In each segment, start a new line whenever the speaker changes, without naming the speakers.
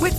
With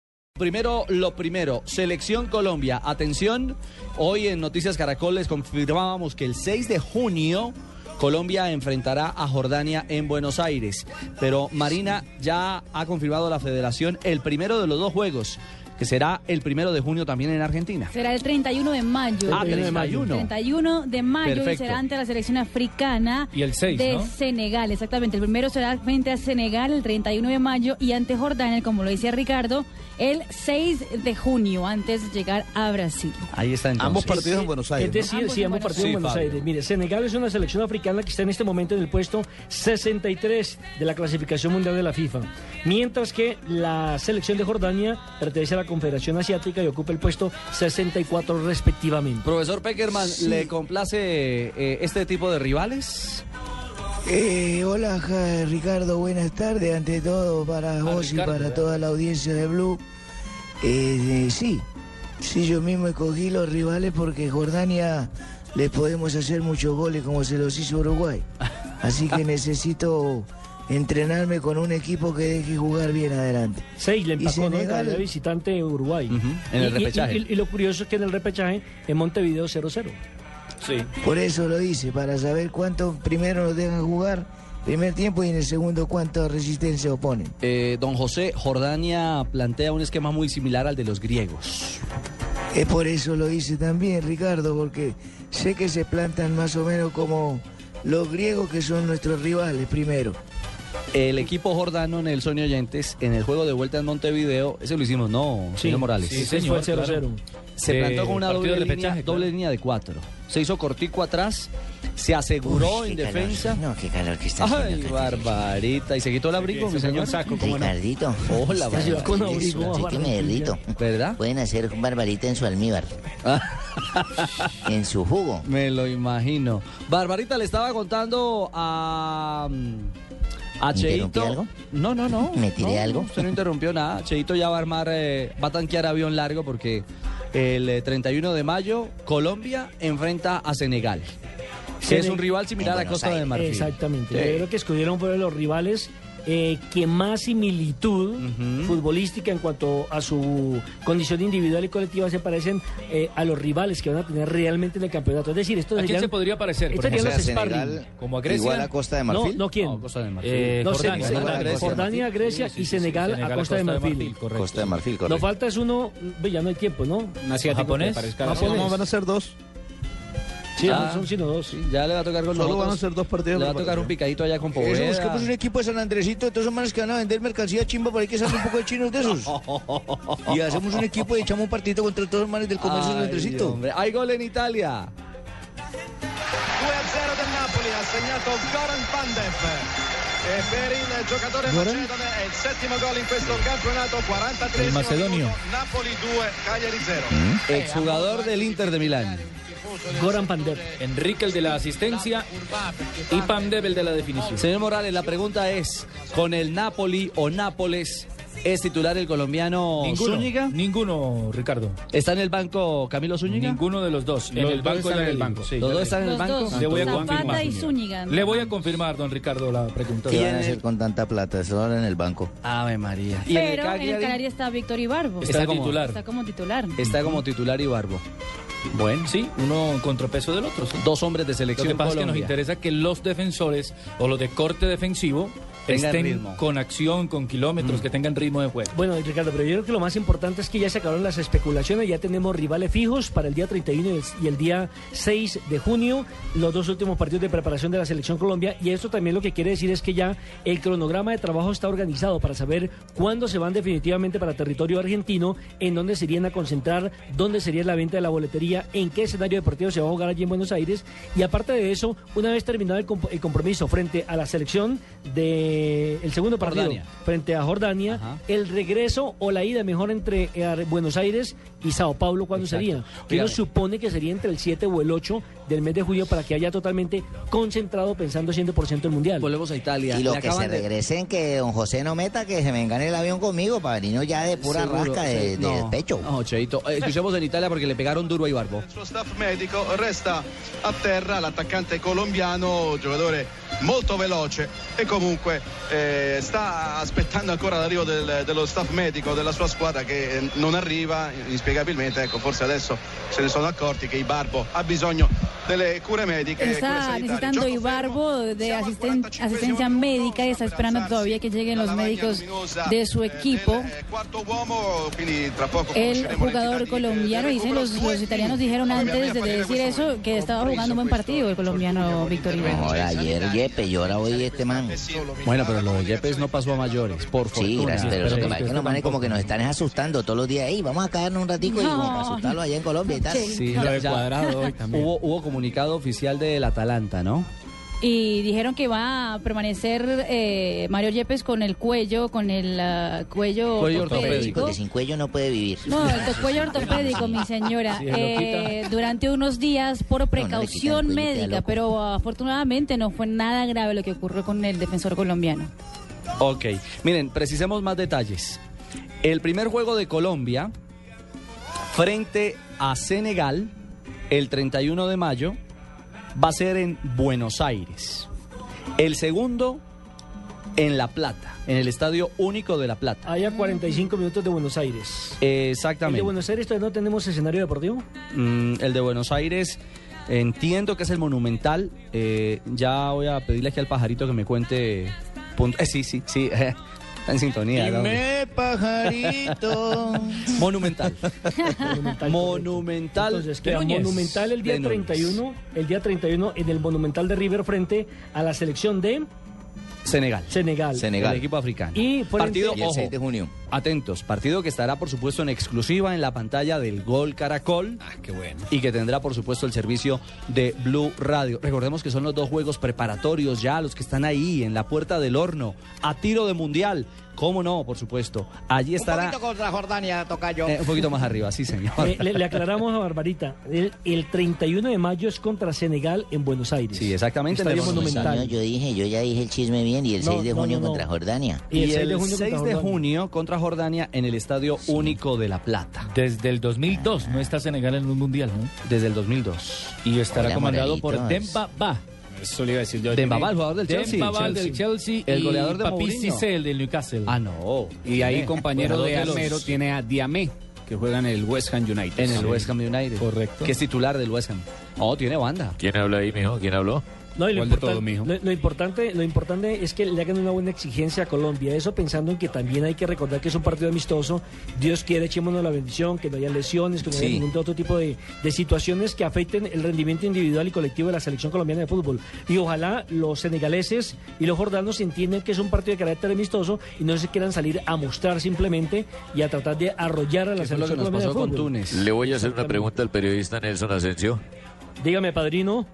Primero, lo primero, Selección Colombia. Atención, hoy en Noticias Caracol les confirmábamos que el 6 de junio Colombia enfrentará a Jordania en Buenos Aires. Pero Marina ya ha confirmado a la federación el primero de los dos juegos, que será el primero de junio también en Argentina.
Será el 31 de mayo.
Ah, 31 de mayo.
31 de mayo y
Perfecto.
será ante la selección africana
Y el seis,
de
¿no?
Senegal. Exactamente, el primero será frente a Senegal el 31 de mayo y ante Jordania, como lo decía Ricardo, el 6 de junio, antes de llegar a Brasil.
Ahí está entonces.
Ambos partidos en Buenos Aires.
Es decir,
Ambos
si
en
ambos
Buenos
partidos en
Aires.
Buenos
Sí, Fabio.
Aires. Mire, Senegal es una selección africana que está en este momento en el puesto 63 de la clasificación mundial de la FIFA. Mientras que la selección de Jordania pertenece a la Confederación Asiática y ocupa el puesto 64 respectivamente.
Profesor Peckerman, ¿le complace eh, este tipo de rivales?
Eh, hola ja- Ricardo, buenas tardes. Ante todo para vos y para toda la audiencia de Blue. Eh, eh, sí, sí, yo mismo escogí los rivales porque Jordania les podemos hacer muchos goles como se los hizo Uruguay. Así que necesito entrenarme con un equipo que deje jugar bien adelante.
Seis le
Y
empacó, ¿no? En
Senegal-
calidad de visitante Uruguay.
en el
Y- y-
repechaje.
Y, y lo curioso es que en el repechaje, en Montevideo 0-0.
Por eso lo hice, para saber cuánto primero nos dejan jugar, primer tiempo, y en el segundo cuánto resistencia oponen.
Eh, don José, Jordania plantea un esquema muy similar al de los griegos.
Es por eso lo hice también, Ricardo, porque sé que se plantan más o menos como los griegos que son nuestros rivales primero.
El equipo jordano en el Soño Oyentes, en el juego de vuelta en Montevideo, ese lo hicimos, ¿no, señor Morales?
Sí,
Se-
señor, fue 0-0.
Se
Eh,
plantó con una doble,
partido de
línea,
repechaje,
doble
claro.
línea de cuatro. Se hizo cortico atrás, se aseguró en defensa.
No, qué calor que está
Ay, barbarita. Y se quitó el abrigo, mi señor.
Ricardito.
Hola,
Está
Barbarita.
con
Así
abrigo,
que me derrito.
¿Verdad? Ah.
Pueden hacer barbarita en su almíbar. en su jugo.
Me lo imagino. Barbarita le estaba contando a. mm, A
¿Interrumpí
Cheito.
algo?
No, no, no.
¿Me tiré
No, no,
algo?
Usted no interrumpió nada. Cheito ya va a armar, eh, va a tanquear avión largo porque el eh, 31 de mayo Colombia enfrenta a Senegal. Que es
Sene-
un rival similar
En
a
Buenos
Costa de
Aires.
Marfil.
Exactamente.
Sí.
Yo creo que escogieron fueron los rivales eh, que más similitud
Ujú.
futbolística en cuanto a su condición individual y colectiva se parecen eh, a los rivales que van a tener realmente en el campeonato. Es decir, esto
¿A quién se podría
este
parecer? por ejemplo? como a Grecia.
igual a Costa de Marfil.
No, no quién.
No, Costa de Marfil.
Eh,
No,
Jordania,
Sen-
Jordania,
Jordania,
Grecia,
Jordania,
Marfil.
Grecia
Sí, sí,
y
sí,
Senegal, a Costa de Marfil.
correcto.
Costa de Marfil,
No
correcto.
falta es uno, ve, ya no hay tiempo, ¿no?
¿Japonés?
No, van a ser dos.
Sí,
Ah.
son sino dos.
Sí, Ya le va a tocar con
Solo
nosotros.
van a ser dos partidos
Le va a
de
tocar un
preparación.
picadito allá con
Eso,
pues,
buscamos un
Poveda.
equipo de San Andresito, estos son manes que van a vender mercancía chimba por ahí que salen un poco de chinos de esos. Y hacemos un equipo y echamos un partidito contra todos los manes del comercio de San
Ay,
Andresito.
hombre. Hay gol en Italia.
2-0 del Napoli, ha segnato Goran Pandev. E per il giocatore
Goran?
macedone è il settimo gol in questo campionato, 43
Il macedonio. Mm.
minuto, Napoli 2, Cagliari 0.
Exjugador del Inter de Milán.
Goran Pandev.
Enrique el de la asistencia y Pandev el de la definición.
Señor Morales, la pregunta es, ¿con el Napoli o Nápoles es titular el colombiano
Ninguno,
Zúñiga?
ninguno, Ricardo.
¿Está en el banco Camilo Zúñiga?
Ninguno de los dos. En
Los
el
dos
banco y
están en
en
el
el banco. Sí,
¿Los
ya
dos
le-
están en el
Los
banco?
dos,
Le voy a
Zapata
confirmar,
y
señor.
Zúñiga.
Le voy a confirmar, don Ricardo, la pregunta.
¿Qué van a hacer
con tanta plata? Se en el banco.
Ave María. ¿Y en el
Pero en el
Cagliari?
Canaria está Víctor Ibarbo.
Está,
Está como-
titular.
Está como titular.
Está como titular y barbo. Bueno,
Sí, uno en contrapeso del otro. sí.
dos hombres de
Lo
selección
que pasa es que nos
Colombia.
interesa que los defensores o los de corte defensivo
Tengan
estén
ritmo.
con acción, con kilómetros, que tengan ritmo de juego.
Bueno, y Ricardo, pero yo creo que lo más importante es que ya se acabaron las especulaciones, ya tenemos rivales fijos para el día 31 y el, y el día 6 de junio, los dos últimos partidos de preparación de la selección Colombia, y esto también lo que quiere decir es que ya el cronograma de trabajo está organizado para saber cuándo se van definitivamente para territorio argentino, en dónde se irían a concentrar, dónde sería la venta de la boletería, en qué escenario deportivo se va a jugar allí en Buenos Aires, y aparte de eso, una vez terminado el, comp- el compromiso frente a la selección de eh, el segundo partido
Jordania.
frente a Jordania, el regreso o la ida mejor entre eh, Ar- Buenos Aires y Sao Paulo, ¿cuándo sería? Que uno
Mírame.
supone que sería entre el 7 o el 8 del mes de julio para que haya totalmente concentrado pensando 100% el Mundial. Volvemos
a Italia.
Y los que se regresen, que don José no meta, que se vengan en el avión conmigo, para venirnos ya de pura
Seguro,
rasca, de,
sí,
de
no,
pecho.
No, Cheito. Eh, escuchemos en Italia porque le pegaron duro a Ibarbo.
Lo staff medico resta a terra l'attaccante colombiano, giocatore molto veloce e comunque eh, sta aspettando ancora l'arrivo del- dello staff medico della sua squadra che eh, non arriva, inspiegabilmente, ecco, forse adesso se ne sono accorti che Ibarbo ha bisogno delle cure mediche. cure
Está
sanitarie.
necesitando Ibarbo de asisten- asistencia médica y está esperando todavía que lleguen los médicos de su equipo.
Quindi tra poco
Eh,
El
conosceremo l'entità
jugador colombiano, dicen los, los italianos, dijeron antes de decir eso que estaba jugando un buen partido el colombiano Victorino.
Ahora ayer Yepe y ahora hoy este
Eh,
man.
Bueno, pero lo de Yepes no pasó a mayores, por
Sí,
fortuna.
gracias, pero lo que
Pero
pasa es que
esto
los manes como
tampoco.
que nos están es asustando todos los días. Ey, vamos a caernos un ratico y
No.
vamos a asustarlos allá en Colombia y tal.
Sí, ya- ya Hubo, hubo comunicado oficial del Atalanta, ¿no?
Y dijeron que va a permanecer eh, Mario Yepes con el cuello, con el ah, cuello, ortopédico.
Porque sin cuello no puede vivir.
No, el to- cuello ortopédico, mi señora.
Sí, lo
Eh, durante unos días por precaución
cuello, queda
médica,
loco.
pero afortunadamente no fue nada grave lo que ocurrió con el defensor colombiano.
Ok, miren, precisemos más detalles. El primer juego de Colombia frente a Senegal el 31 de mayo va a ser en Buenos Aires. El segundo en La Plata, en el Estadio Único de La Plata.
Hay a 45 minutos de Buenos Aires. ¿El de
Exactamente.
Buenos Aires todavía no tenemos escenario deportivo?
Mm, el de Buenos Aires, entiendo que es el Monumental. eh, ya voy a pedirle aquí al pajarito que me cuente. punto- eh, sí, sí, sí. Está en sintonía. ¿no?
Dime, pajarito.
Monumental.
Monumental. Entonces, queda
Núñez.
Monumental el día
De Núñez.
31, el día 31 en el Monumental de River frente a la selección de
Senegal.
Senegal.
El equipo africano.
Y por
partido,
entre-
ojo, Atentos, partido que estará por supuesto en exclusiva en la pantalla del Gol Caracol. Ah, qué bueno. Y que tendrá por supuesto el servicio de Blue Radio. Recordemos que son los dos juegos preparatorios ya, los que están ahí en la puerta del horno, a tiro de mundial. ¿Cómo no? Por supuesto. Allí estará
contra Jordania, toca yo.
eh, un poquito más arriba, sí señor.
Eh, le, le aclaramos a Barbarita, el, el 31 de mayo es contra Senegal en Buenos Aires. Sí,
exactamente.
Estadio
Pues, no,
Monumental.
yo dije, yo ya dije el chisme bien y el
No,
6 de
no,
junio
no, no.
contra Jordania.
Y, el 6 de junio, contra, Jordania en el Estadio Único de La Plata.
Desde el 2002 no está Senegal en un mundial, ¿no?
Desde el 2002.
Y estará
Hola,
comandado por
moralitos.
Demba Ba. Eso le iba a decir yo.
Demba Ba, el jugador del Chelsea.
Demba Ba
Chelsea.
del Chelsea.
El
y
goleador de
Papi
Mourinho.
Cissé, el del Newcastle.
Ah, no.
Y ahí,
Tiene.
compañero
Goleador
de
los-
Almero, tiene a Diamé, que juega en el West Ham United.
En el West Ham United.
Correcto.
Que es titular del West Ham. Oh, tiene banda.
¿Quién habla ahí, mijo? ¿Quién habló?
No, y lo,
¿Cuál de
importan-
todos, mijo?
lo- lo importante, lo importante es que le hagan una buena exigencia a Colombia. Eso pensando en que también hay que recordar que es un partido amistoso. Dios quiere, echémonos la bendición, que no haya lesiones, que no
Sí.
haya ningún otro tipo de, de situaciones que afecten el rendimiento individual y colectivo de la selección colombiana de fútbol. Y ojalá los senegaleses y los jordanos entiendan que es un partido de carácter amistoso y no se quieran salir a mostrar simplemente y a tratar de arrollar a la
Pues
fue lo que
selección
nos
colombiana de
pasó con
fútbol.
Le voy a hacer una pregunta al periodista Nelson Asensio.
Dígame, padrino.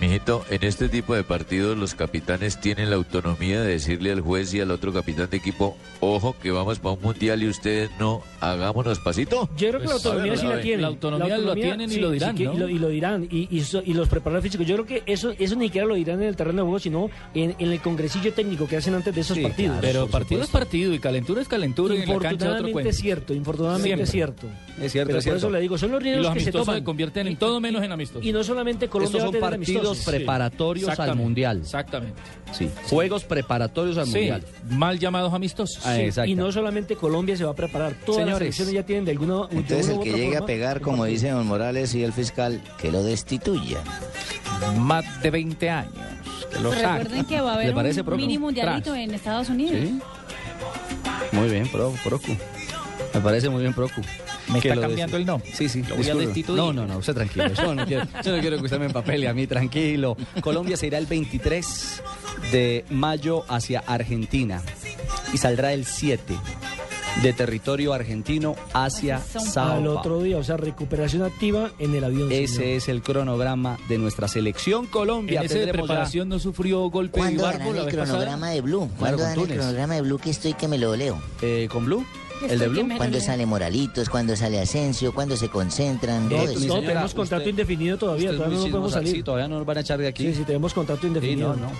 Mijito, en este tipo de partidos los capitanes tienen la autonomía de decirle al juez y al otro capitán de equipo, ojo que vamos para un mundial y ustedes no, hagámonos pasito.
Yo creo que la
Pues,
autonomía sí la tienen.
La autonomía la tienen y lo dirán,
que-
¿no?
Y lo, y lo dirán, y, y so- y los preparadores físicos. Yo creo que eso eso ni siquiera lo dirán en el terreno de juego, sino en, en el congresillo técnico que hacen antes de esos partidos.
Pero partido es partido y calentura es calentura y en la cancha otro
Infortunadamente
cuento.
es cierto, infortunadamente
Siempre.
es cierto.
Es cierto,
Pero
es
por
cierto.
eso le digo, son los
Y
riesgos
los
que se
amistosos se
toman.
convierten en todo menos en amistosos.
Y no solamente Colombia
Estos
va a
son
tener
partidos
amistosos.
preparatorios al
Exactamente,
Mundial.
Exactamente.
Sí. Juegos preparatorios al
Sí,
Mundial.
mal llamados amistosos.
Ah, exacto.
Y no solamente Colombia se va a preparar, todas las
Señores.
selecciones ya tienen de alguna de
Entonces
una
el
u
que
otra
llegue a
forma
pegar,
un
como
partido.
dice don Morales y el fiscal, que lo destituya.
Más de 20 años. Que lo
Recuerden que va a haber un mini mundialito
Tras.
en Estados Unidos.
Sí. Muy bien, pro, Procu. Me parece muy bien, Procu.
Me
Que
está
lo
cambiando
des-
el nombre.
Sí, sí.
Lo voy a
disculpe.
destituir.
No, no, no, usted tranquilo. Yo no quiero, yo no quiero que usted me empapele a mí, tranquilo. Colombia se irá el 23 de mayo hacia Argentina y saldrá el 7. de territorio argentino hacia Sao
Al
Paulo.
otro día, o sea, recuperación activa en el avión.
Ah, Ese
señor.
es el cronograma de nuestra selección Colombia.
En ese de
Tendremos ya-
preparación no sufrió golpe de
¿Cuándo
barco
darán
la
el
vez pasada.
cronograma de Blue?
Claro,
¿Cuándo
con
dan el
Túnez.
cronograma de Blue que estoy que me lo leo?
Eh, ¿Con Blue? ¿El de Blue?
¿Cuándo sale Moralitos? ¿Cuándo sale Asensio? ¿Cuándo se concentran?
No,
pues,
Todo
no,
eso.
tenemos contrato indefinido todavía,
Usted es
todavía
muy
no podemos
chismosa,
salir.
sí, todavía no nos van a echar de aquí.
Sí, sí, tenemos contrato indefinido.
no, no.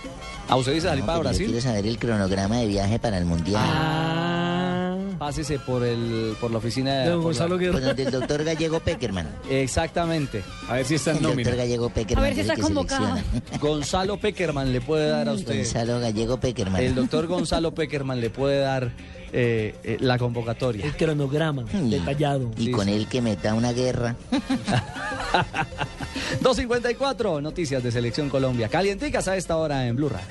¿A usted dice salir
No,
para
pero yo
Brasil?
quiero saber el cronograma de viaje para el Mundial.
Ah,
Pásese por el por la oficina de
Don
por
Gonzalo
la-
Guerra. Por donde el doctor Gallego Peckerman.
Exactamente.
A ver si está
El doctor Gallego Peckerman.
A ver si
es el
está
que
convocado.
selecciona.
Gonzalo Peckerman le puede dar a usted.
Gonzalo Gallego Peckerman.
El doctor Gonzalo Peckerman le puede dar eh, eh, la convocatoria.
El cronograma
Mm.
detallado.
Y con él que meta una guerra.
254 Noticias de Selección Colombia. Calienticas a esta hora en Blue Radio.